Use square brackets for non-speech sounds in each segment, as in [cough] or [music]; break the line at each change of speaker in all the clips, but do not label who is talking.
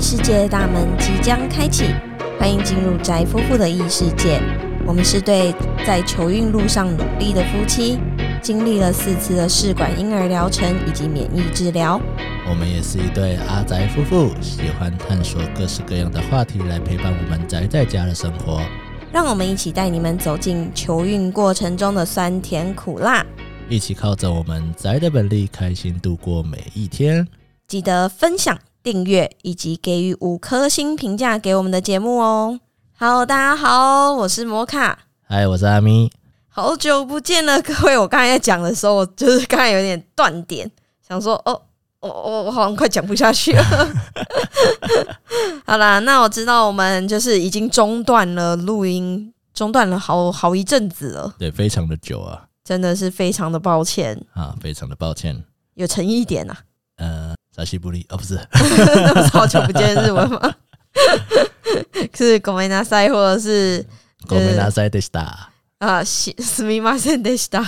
世界的大门即将开启，欢迎进入宅夫妇的异世界。我们是对在求孕路上努力的夫妻，经历了四次的试管婴儿疗程以及免疫治疗。
我们也是一对阿宅夫妇，喜欢探索各式各样的话题来陪伴我们宅在家的生活。
让我们一起带你们走进求孕过程中的酸甜苦辣。
一起靠着我们宅的本领，开心度过每一天。
记得分享、订阅以及给予五颗星评价给我们的节目哦。Hello，大家好，我是摩卡，
嗨，我是阿咪。
好久不见了，各位。我刚才在讲的时候，我就是刚才有点断点，想说哦，我、哦、我我好像快讲不下去了。好啦，那我知道我们就是已经中断了录音，中断了好好一阵子了，
对，非常的久啊，
真的是非常的抱歉，
啊，非常的抱歉。
有诚意一点啊，
呃，扎西布利哦，不 [laughs] 是，
那不是好久不见的日文吗？是ごめんなさい，或者是
我们拿塞德西达。
啊，すすみませんでした。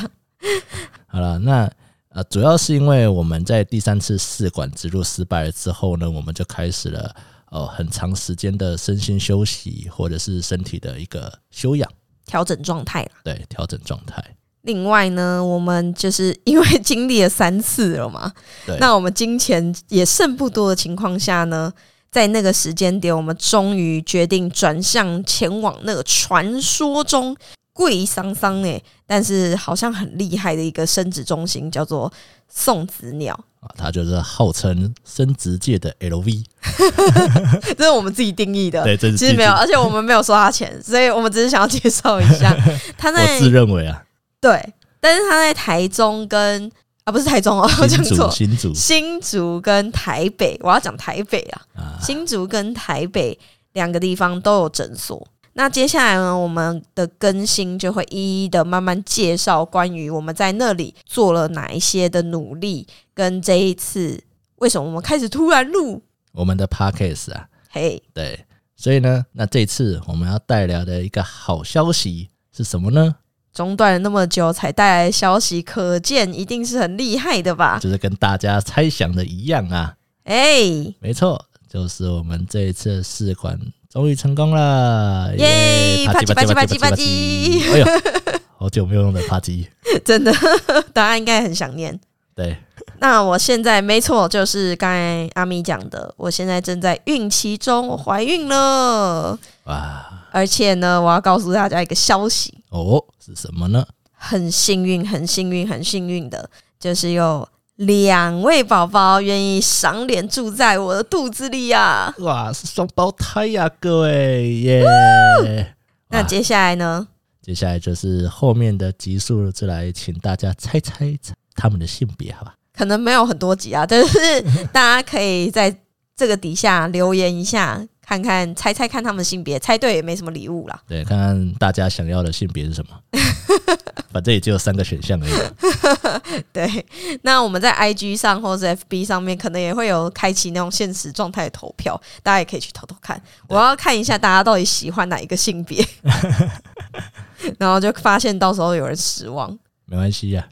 好了，那呃，主要是因为我们在第三次试管植入失败了之后呢，我们就开始了呃很长时间的身心休息，或者是身体的一个休养，
调整状态啦。
对，调整状态。
另外呢，我们就是因为经历了三次了嘛
对，
那我们金钱也剩不多的情况下呢，在那个时间点，我们终于决定转向前往那个传说中贵桑桑诶，但是好像很厉害的一个生殖中心，叫做送子鸟， [laughs]
啊，它就是号称生殖界的 LV，
这是我们自己定义的。
对，这是
其实没有，而且我们没有收他钱，所以我们只是想要介绍一
[laughs]
下。他
自己，
在
我自认为啊，
对，但是他在台中跟啊不是台中哦，我
新
讲
竹
错，
新竹
新竹跟台北，我要讲台北啊，
啊，
新竹跟台北两个地方都有诊所。那接下来呢，我们的更新就会一一的慢慢介绍关于我们在那里做了哪一些的努力，跟这一次为什么我们开始突然录，
[laughs] 我们的 Parkes 啊，
嘿，
对，所以呢，那这次我们要带来的一个好消息是什么呢？
中断了那么久才带来的消息，可见一定是很厉害的吧？
就是跟大家猜想的一样啊，
哎、
没错，就是我们这一次的试管终于成功了，
耶
啪叽
啪叽
啪
啪
叽
叽
啪
啪叽
叽！哎呦，好久没有用的啪叽，
真的， [laughs] 大家应该很想念。
对，
那我现在没错，就是刚才阿咪讲的，我现在正在孕期中，我怀孕了。
哇，
而且呢，我要告诉大家一个消息，
哦，是什么呢？
很幸运，很幸运，很幸运的，就是有两位宝宝愿意赏脸住在我的肚子里啊。
哇，是双胞胎呀、各位耶！
那接下来呢？
接下来就是后面的集数，就来请大家猜猜猜他们的性别，好吧？
可能没有很多集啊， [laughs] 但是大家可以在这个底下留言一下，看看猜猜看他们的性别，猜对也没什么礼物啦。
对，看看大家想要的性别是什么。反正也只有三个选项而已啊嘛。
对，那我们在 IG 上或者是 FB 上面，可能也会有开启那种现实状态的投票，大家也可以去偷偷看。我要看一下大家到底喜欢哪一个性别，然后就发现到时候有人失望。
没关系呀、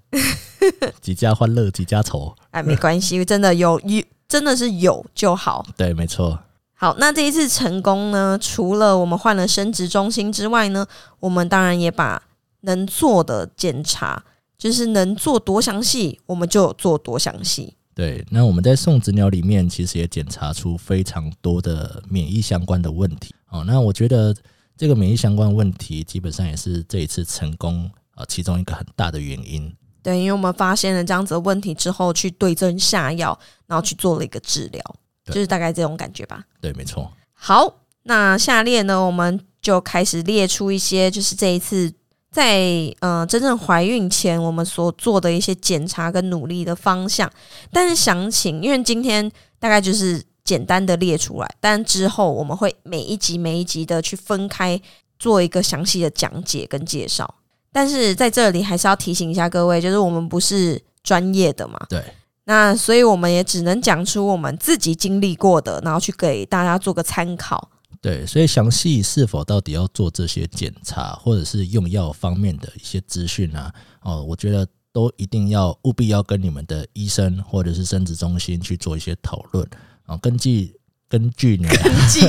几家欢乐几家愁。
哎，没关系，真的有有真的是有就好。
对，没错。
好，那这一次成功呢，除了我们换了生殖中心之外呢，我们当然也把能做的检查，就是能做多详细，我们就做多详细。
对，那我们在送子鸟里面，其实也检查出非常多的免疫相关的问题。哦，那我觉得这个免疫相关问题，基本上也是这一次成功呃其中一个很大的原因。
对，因为我们发现了这样子的问题之后，去对症下药，然后去做了一个治疗，
对
就是大概这种感觉吧。
对，没错。
好，那下列呢，我们就开始列出一些，就是这一次在呃真正怀孕前我们所做的一些检查跟努力的方向。但是详情，因为今天大概就是简单的列出来，但之后我们会每一集每一集的去分开做一个详细的讲解跟介绍。但是在这里还是要提醒一下各位，就是我们不是专业的嘛，
对，
那所以我们也只能讲出我们自己经历过的，然后去给大家做个参考。
对，所以详细是否到底要做这些检查，或者是用药方面的一些资讯啊，哦，我觉得都一定要务必要跟你们的医生或者是生殖中心去做一些讨论啊，根据 [laughs] 根据你
很紧，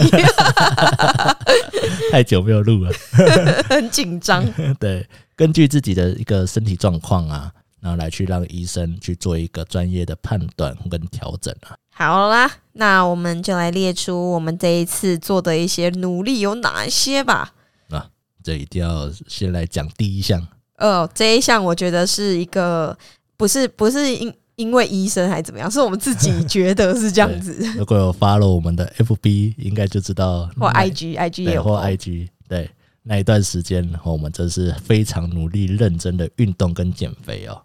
太久没有录了，
[laughs] 很紧张。
对，根据自己的一个身体状况啊，然后来去让医生去做一个专业的判断跟调整啊。
好啦，那我们就来列出我们这一次做的一些努力有哪一些吧。
这一定要先来讲第一项，
呃，这一项我觉得是一个不是不是因因为医生还怎么样，是我们自己觉得是这样子。
如果有 follow 我们的 FB，应该就知道
或
那
IG IG 也
对
有
或
报
IG 对那一段时间，我们真是非常努力认真的运动跟减肥哦。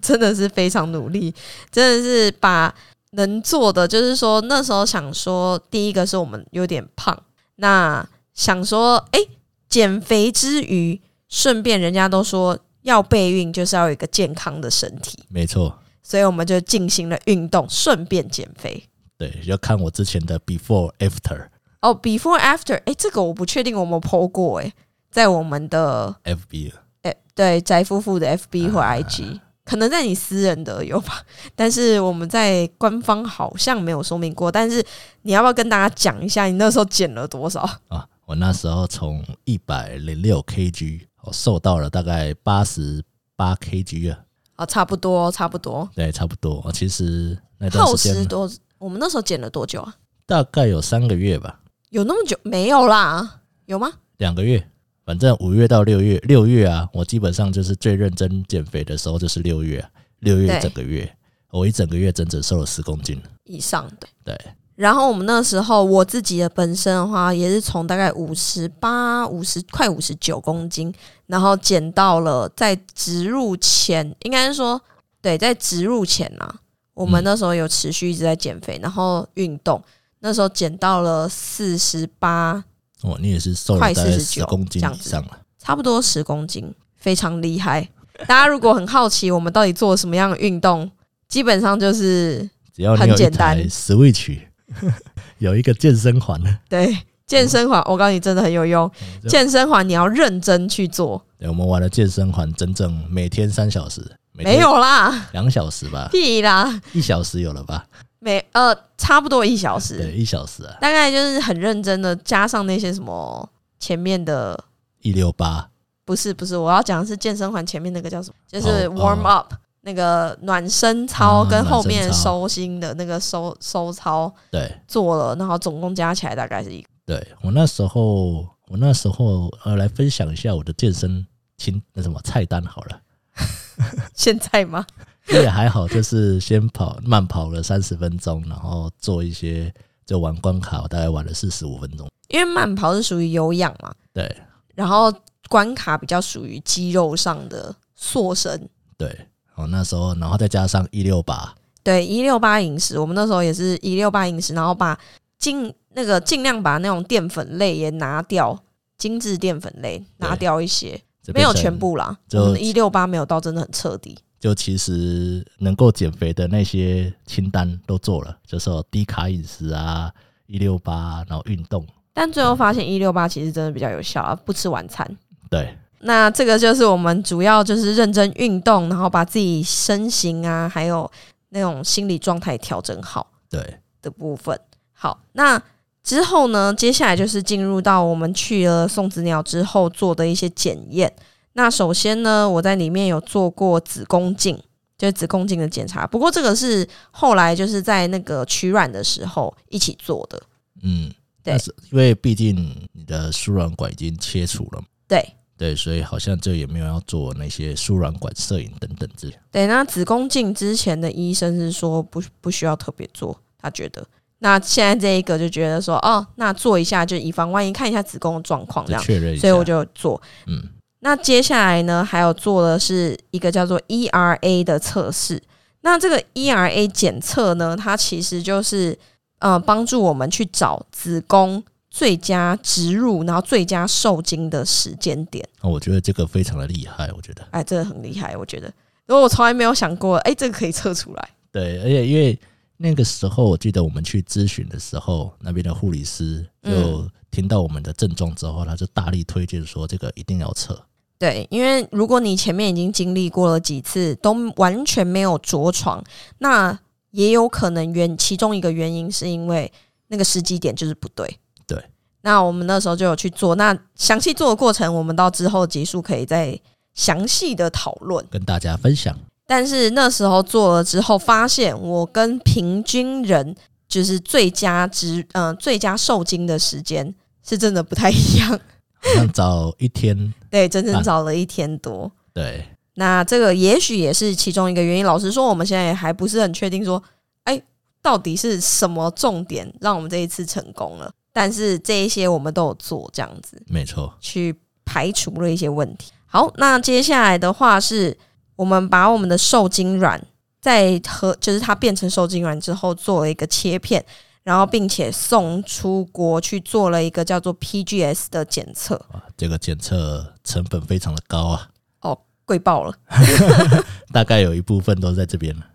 真的是非常努力，真的是把能做的，就是说那时候想说，第一个是我们有点胖，那想说，哎、减肥之余，顺便人家都说要备孕就是要有一个健康的身体，
没错，
所以我们就进行了运动，顺便减肥。
对，要看我之前的 before after
哦、b e f o r e after，哎、这个我不确定我们 PO 过、诶哎，在我们的
FB 了
哎、对宅夫妇的 FB 或
啊
IG，、可能在你私人的有吧， [laughs] 但是我们在官方好像没有说明过。但是你要不要跟大家讲一下，你那时候减了多少？
啊。我那时候从一百零六 kg，我瘦到了大概八十八 kg [laughs] 啊，
啊，差不多，差不多，
对，差不多。我其实那段
耗
时
时
间
多。我们那时候减了多久啊？
大概有三个月吧，
有那么久没有啦？有吗？
两个月，反正五月到六月，六月啊，我基本上就是最认真减肥的时候，就是六月啊、六月
对
整个月，我一整个月整整瘦了十公斤。
以上的。
对，
然后我们那时候我自己的本身的话，也是从大概五十八、五十快五十九公斤，然后减到了在植入前，应该是说对，在植入前啦、我们
嗯
那时候有持续一直在减肥，然后运动，那时候减到了四十八，
哦，你也是瘦了
快
大概
49
十公斤
这样
以
子
上了。
差不多十公斤，非常厉害。大家如果很好奇我们到底做了什么样的运动，基本上就是
只要你
很
有一
简
台
单 [laughs]
Switch，有一个健身环，
对健身环，我告诉你真的很有用。
这
健身环你要认真去做，
对，我们玩了健身环，整整每天三小时，每天
没有啦， [laughs]
两小时吧，
屁啦，
一小时有了吧？
每呃差不多一小
对，
时，
一小时啊，
大概就是很认真的加上那些什么前面的，
一六八，
不是不是，我要讲的是健身环前面那个叫什么，就是
哦
warm
哦
up、那个暖身操
啊
跟后
暖
面
身操
收心的那个收收操
对
做了，然后总共加起来大概是一个
对，我那时候我那时候呃，来分享一下我的健身清那什么菜单好了。 [laughs]
现在吗？
也还好，就是先跑慢跑了三十分钟，然后做一些就玩关卡，我大概玩了四十五分钟。
因为慢跑是属于有氧嘛，
对
然后关卡比较属于肌肉上的塑身。
对，哦，那时候然后再加上一六八，
对，一六八饮食，我们那时候也是一六八饮食，然后把尽那个尽量把那种淀粉类也拿掉，精致淀粉类拿
对
掉一些，
这
没
边
有
才
全，部啦。
就
我们一六八没有到真的很彻底，
就其实能够减肥的那些清单都做了，就是有低卡饮食啊，一六八，然后运动，
但最后发现一六八其实真的比较有效啊，不吃晚餐。
对
那这个就是我们主要就是认真运动，然后把自己身形啊，还有那种心理状态调整好。
对，
的部分。好，那之后呢，接下来就是进入到我们去了送子鸟之后做的一些检验。那首先呢，我在里面有做过子宫镜，就是子宫镜的检查。不过这个是后来就是在那个取卵的时候一起做的。
嗯，
对
但是因为毕竟你的输卵管已经切除了嘛，
对
对，所以好像就也没有要做那些输卵管摄影等等之类。
对，那子宫镜之前的医生是说不不需要特别做，他觉得。那现在这一个就觉得说，哦，那做一下就以防万一，看一下子宫的状况这
就
样，
确认一下，
所以我就做。
嗯，
那接下来呢，还有做的是一个叫做 ERA 的测试。那这个 ERA 检测呢，它其实就是呃帮助我们去找子宫最佳植入，然后最佳受精的时间点。
哦我觉得这个非常的厉害，我觉得
哎，真的很厉害，我觉得。如果我从来没有想过，哎，这个可以测出来。
对，而且因为那个时候我记得我们去咨询的时候，那边的护理师
嗯
就听到我们的症状之后，他就大力推荐说这个一定要测，
对，因为如果你前面已经经历过了几次都完全没有着床，那也有可能原其中一个原因是因为那个时机点就是不对。
对。
那我们那时候就有去做，那详细做的过程，我们到之后结束可以再详细的讨论。
跟大家分享。
但是那时候做了之后，发现我跟平均人就是最佳值，呃，最佳受精的时间是真的不太一样。 [laughs]
好像早一天，
对，整整
啊
早了一天多。
对，
那这个也许也是其中一个原因。老实说，我们现在也还不是很确定说，哎，到底是什么重点让我们这一次成功了？但是这一些我们都有做，这样子
没错，
去排除了一些问题。好，那接下来的话是我们把我们的受精卵在和就是它变成受精卵之后做了一个切片，然后并且送出国去做了一个叫做 PGS 的检测，
哇，这个检测成本非常的高啊，
哦贵爆了。
大概有一部分都在这边了。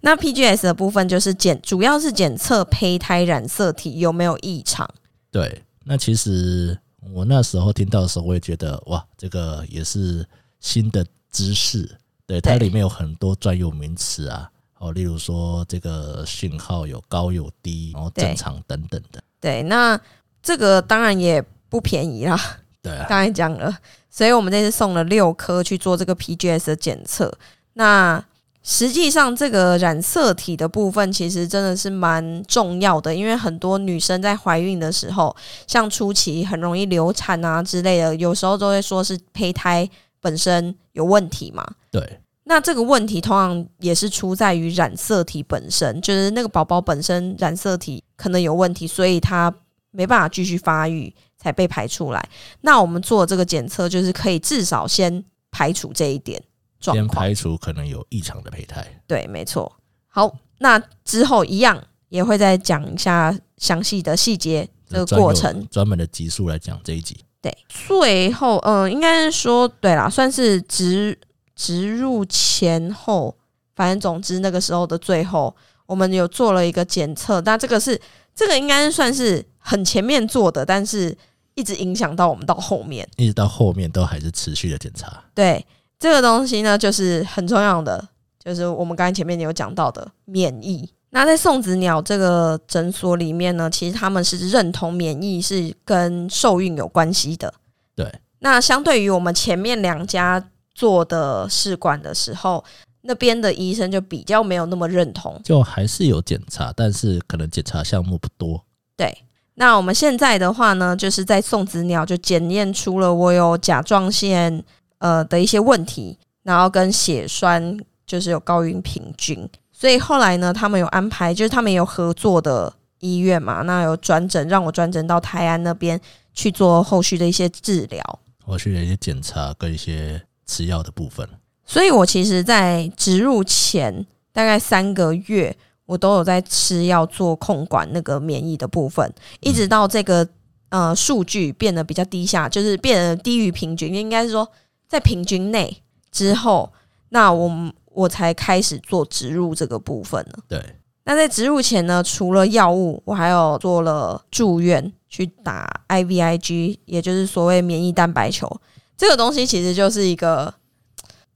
那 PGS 的部分就是检，主要是检测胚胎染色体有没有异常。
对，那其实我那时候听到的时候，我也觉得哇，这个也是新的知识。对，它
对
里面有很多专有名词啊，哦，例如说这个讯号有高有低，然后
对
正常等等的。
对，那这个当然也不便宜啦，
对啊，
刚才讲了，所以我们这次送了六颗去做这个 PGS 的检测。那实际上，这个染色体的部分其实真的是蛮重要的，因为很多女生在怀孕的时候，像初期很容易流产啊之类的，有时候都会说是胚胎本身有问题嘛。
对，
那这个问题通常也是出在于染色体本身，就是那个宝宝本身染色体可能有问题，所以他没办法继续发育，才被排出来。那我们做这个检测，就是可以至少先排除这一点状
先
况。
排除可能有异常的胚胎。
对，没错。好，那之后一样也会再讲一下详细的细节，这个
专有
过程
专门的集数来讲这一集。
对，最后嗯、呃应该是说对啦，算是植植入前后，反正总之那个时候的最后，我们有做了一个检测。那这个是这个应该算是很前面做的，但是一直影响到我们到后面。
一直到后面都还是持续的检查。
对这个东西呢，就是很重要的，就是我们刚才前面有讲到的免疫。那在送子鸟这个诊所里面呢，其实他们是认同免疫是跟受孕有关系的。
对，
那相对于我们前面两家做的试管的时候，那边的医生就比较没有那么认同。
就还是有检查，但是可能检查项目不多。
对，那我们现在的话呢，就是在送子鸟就检验出了我有甲状腺呃的一些问题，然后跟血栓就是有高于平均，所以后来呢，他们有安排，就是他们有合作的医院嘛，那有转诊让我转诊到台安那边去做后续的一些治疗。
后续的一些检查跟一些吃药的部分，
所以我其实，在植入前大概三个月，我都有在吃药做控管那个免疫的部分，一直到这个呃数据变得比较低下，就是变得低于平均，应该是说在平均内之后，那我们我才开始做植入这个部分呢。
对，
那在植入前呢，除了药物，我还有做了住院去打 IVIG，也就是所谓免疫蛋白球。这个东西其实就是一个，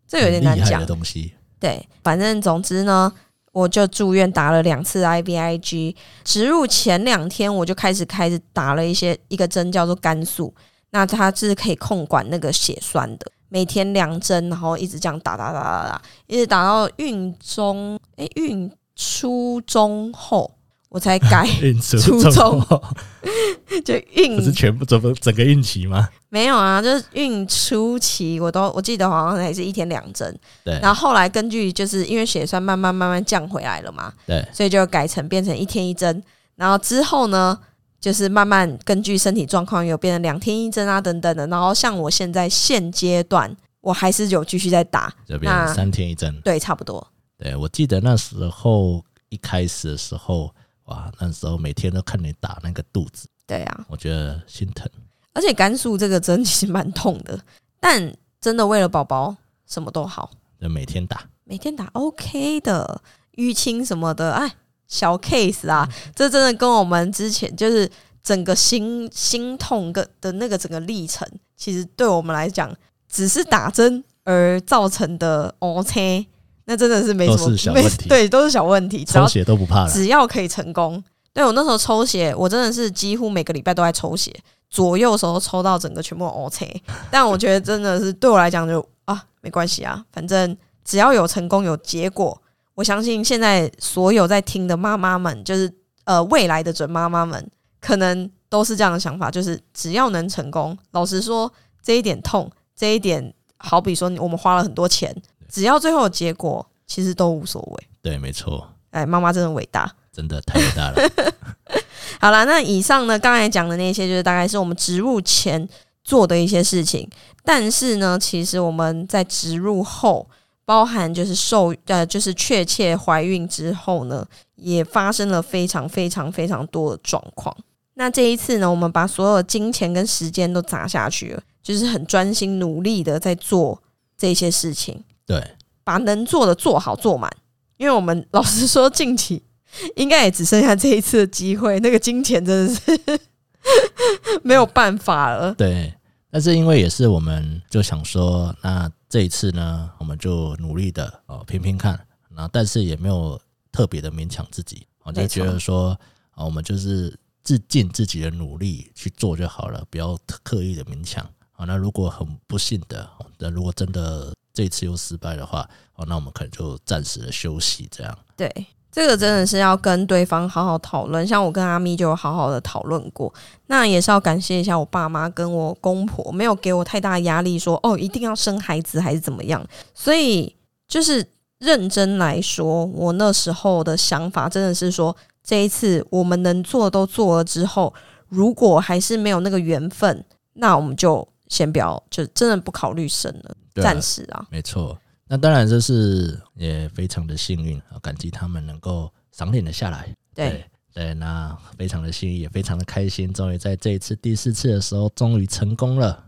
这有点
很
难
厉害
讲
的。东西。
对，反正总之呢，我就住院打了两次 IVIG。植入前两天我就开始开始打了一些一个针叫做肝素，那它是可以控管那个血栓的，每天两针，然后一直这样打打打打打，一直打到孕中诶，孕初中后我才
[laughs]
改
孕初
初嗯中就孕
不是全部整个整个孕期吗？
没有啊，就是孕初期我都我记得好像还是一天两针，
对
然后后来根据就是因为血栓慢慢慢慢降回来了嘛，
对，
所以就改成变成一天一针。然后之后呢，就是慢慢根据身体状况有变成两天一针啊等等的。然后像我现在现阶段，我还是有继续在打，
这边
那
三天一针。
对，差不多。
对我记得那时候一开始的时候，哇，那时候每天都看你打那个肚子，
对啊，
我觉得心疼。
而且肝素这个针其实蛮痛的，但真的为了宝宝什么都好，
就每天打，
每天打 OK 的，淤青什么的，哎，
嗯
小 case 啊，这真的跟我们之前就是整个心心痛跟的那个整个历程，其实对我们来讲，只是打针而造成的哦 OK，那真的是没什么
都是小
没
问题
对，都是小问题，只
抽
要
血都不怕了。
只要可以成功，对我那时候抽血，我真的是几乎每个礼拜都在抽血，左右手都抽到整个全部 O C。但我觉得真的是对我来讲就啊没关系啊，反正只要有成功有结果，我相信现在所有在听的妈妈们，就是呃未来的准妈妈们，可能都是这样的想法，就是只要能成功，老实说这一点痛，这一点好比说我们花了很多钱，只要最后有结果，其实都无所谓。
对，没错，
哎，妈妈真的伟大。
真的太伟大
[laughs]
了。
好啦，那以上呢，刚才讲的那些，就是大概是我们植入前做的一些事情。但是呢，其实我们在植入后，包含就是受呃，就是确切怀孕之后呢，也发生了非常非常非常多的状况。那这一次呢，我们把所有金钱跟时间都砸下去了，就是很专心努力的在做这些事情。
对，
把能做的做好做满。因为我们老实说，近期 [laughs] 应该也只剩下这一次的机会，那个金钱真的是 [laughs] 没有办法了。
对，但是因为也是我们就想说，那这一次呢，我们就努力的哦拼拼看，然后但是也没有特别的勉强自己，我就
没
觉
错
得说啊、我们就是自尽自己的努力去做就好了，不要特刻意的勉强啊、那如果很不幸的，哦那、如果真的这一次又失败的话，哦，那我们可能就暂时的休息这样。
对，这个真的是要跟对方好好讨论。像我跟阿咪就有好好的讨论过，那也是要感谢一下我爸妈跟我公婆，没有给我太大的压力说哦一定要生孩子还是怎么样。所以就是认真来说，我那时候的想法真的是说，这一次我们能做都做了之后，如果还是没有那个缘分，那我们就先不要，就真的不考虑生了，
对啊
暂时啊，
没错，那当然这是也非常的幸运啊，感激他们能够赏脸的下来。
对，
对，那非常的幸运，也非常的开心，终于在这一次第四次的时候，终于成功了。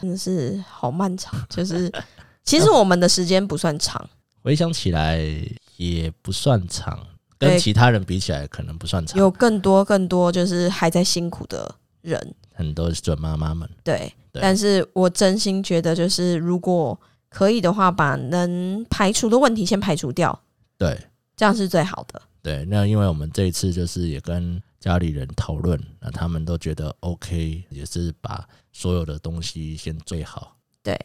真的是好漫长， [laughs] 就是。其实我们的时间不算
[laughs]
长，
回想起来也不算长，跟
对
其他人比起来可能不算长，
有更多更多就是还在辛苦的人，
很多准妈妈们。
对，
对
但是我真心觉得，就是如果可以的话，把能排除的问题先排除掉，
对
这样是最好的。
对，那因为我们这一次就是也跟家里人讨论，那他们都觉得 OK，也是把所有的东西先最好。
对，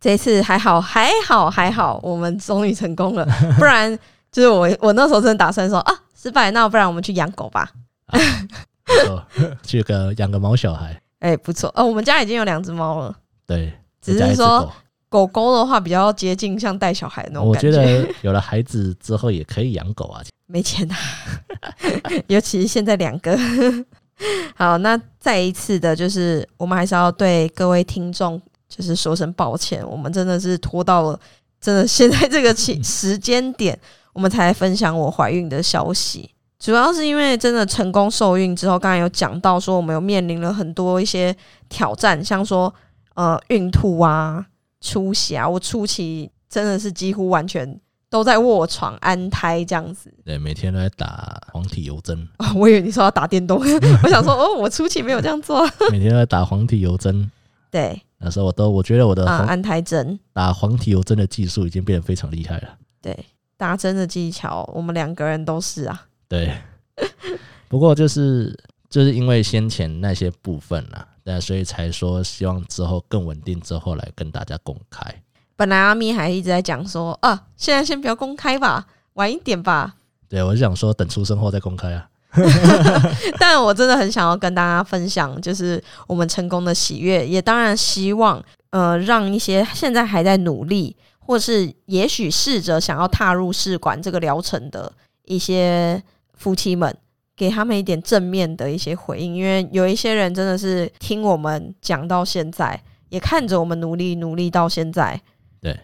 这一次还好，还好，还好，我们终于成功
[laughs]
了，不然就是我我那时候真的打算说啊，失败，那不然我们去养狗吧。
啊、没
[laughs]
错，去个养个毛小孩，
哎、不错，呃，我们家已经有两只猫了，
对，
只是
再加一只
说
狗
狗狗的话比较接近像带小孩那种
我
感
觉得有了孩子之后也可以养狗啊。
没钱啊， [laughs] 尤其是现在两个。 [laughs] 好，那再一次的，就是我们还是要对各位听众，就是说声抱歉，我们真的是拖到了，真的现在这个期时间点，我们才分享我怀孕的消息。主要是因为真的成功受孕之后，刚才有讲到说我们有面临了很多一些挑战，像说呃孕吐啊、出血啊，我初期真的是几乎完全都在卧床安胎这样子。
对，每天都在打黄体油针， [laughs]
啊、 [laughs] 我以为你说要打电动， [laughs] 我想说哦，我初期没有这样做。
每天都在打黄体油针。
对
那时候我都我觉得我的
啊，
黄、
安胎针，
打黄体油针的技术已经变得非常厉害了。
对打针的技巧，我们两个人都是啊。
对，不过就是就是因为先前那些部分啊，那所以才说希望之后更稳定之后来跟大家公开。
本来阿咪还一直在讲说啊，现在先不要公开吧，晚一点吧。
对，我就想说等出生后再公开啊。
但我真的很想要跟大家分享，就是我们成功的喜悦，也当然希望呃，让一些现在还在努力，或是也许试着想要踏入试管这个疗程的一些夫妻们，给他们一点正面的一些回应，因为有一些人真的是听我们讲到现在，也看着我们努力努力到现在，然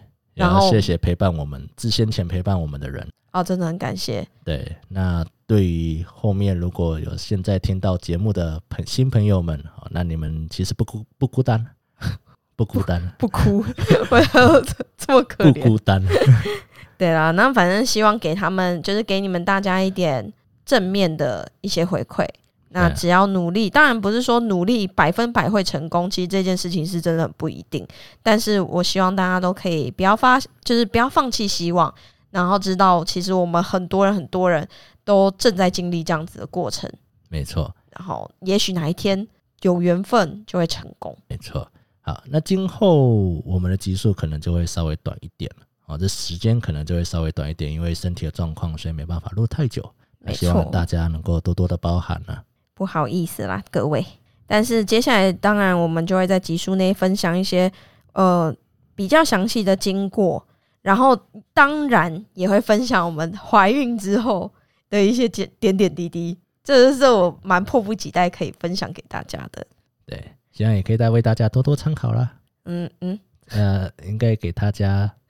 然后
后
谢谢陪伴我们，自先前陪伴我们的人。
啊，真的很感谢。
对，那对于后面如果有现在听到节目的朋新朋友们，哦，那你们其实不孤不孤单， [laughs] 不孤单，
不哭， [laughs] 我要这么可
不
怜。
孤单。
对啦，那反正希望给他们，就是给你们大家一点正面的一些回馈。那
对啊
只要努力，当然不是说努力百分百会成功，其实这件事情是真的很不一定。但是我希望大家都可以不要发，就是不要放弃希望，然后知道其实我们很多人很多人都正在经历这样子的过程。
[laughs] 没错，
然后也许哪一天有缘分就会成功。
没错。好，那今后我们的集数可能就会稍微短一点了，哦，这时间可能就会稍微短一点，因为身体的状况，所以没办法录太久。那
没
希望
错，
大家能够多多的包涵啊。
不好意思啦，各位。但是接下来，当然我们就会在集数内分享一些呃比较详细的经过，然后当然也会分享我们怀孕之后的一些点点点滴滴。这就是我蛮迫不及待可以分享给大家的。
对，希望也可以再为大家多多参考啦。
嗯嗯，
呃，应该给大家 [laughs]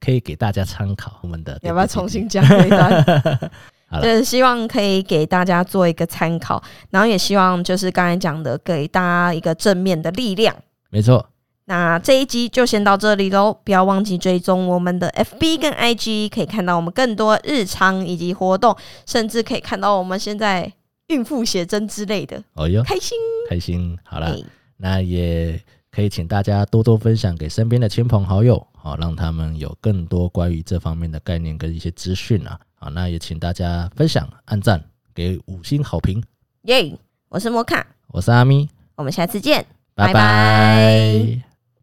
可以给大家参考我们的。
要不要重新讲一段？
[laughs] 好了
就是希望可以给大家做一个参考，然后也希望就是刚才讲的，给大家一个正面的力量。
没错，
那这一集就先到这里喽，不要忘记追踪我们的 FB 跟 IG，可以看到我们更多日常以及活动，甚至可以看到我们现在孕妇写真之类的，
哦哟，
开心。
开心，好啦，
哎
那也可以请大家多多分享给身边的亲朋好友，好、让他们有更多关于这方面的概念跟一些资讯啊。好，那也请大家分享、按赞、给五星好评。
耶我是摩卡，
我是阿咪，
我们下次见。
拜
拜拜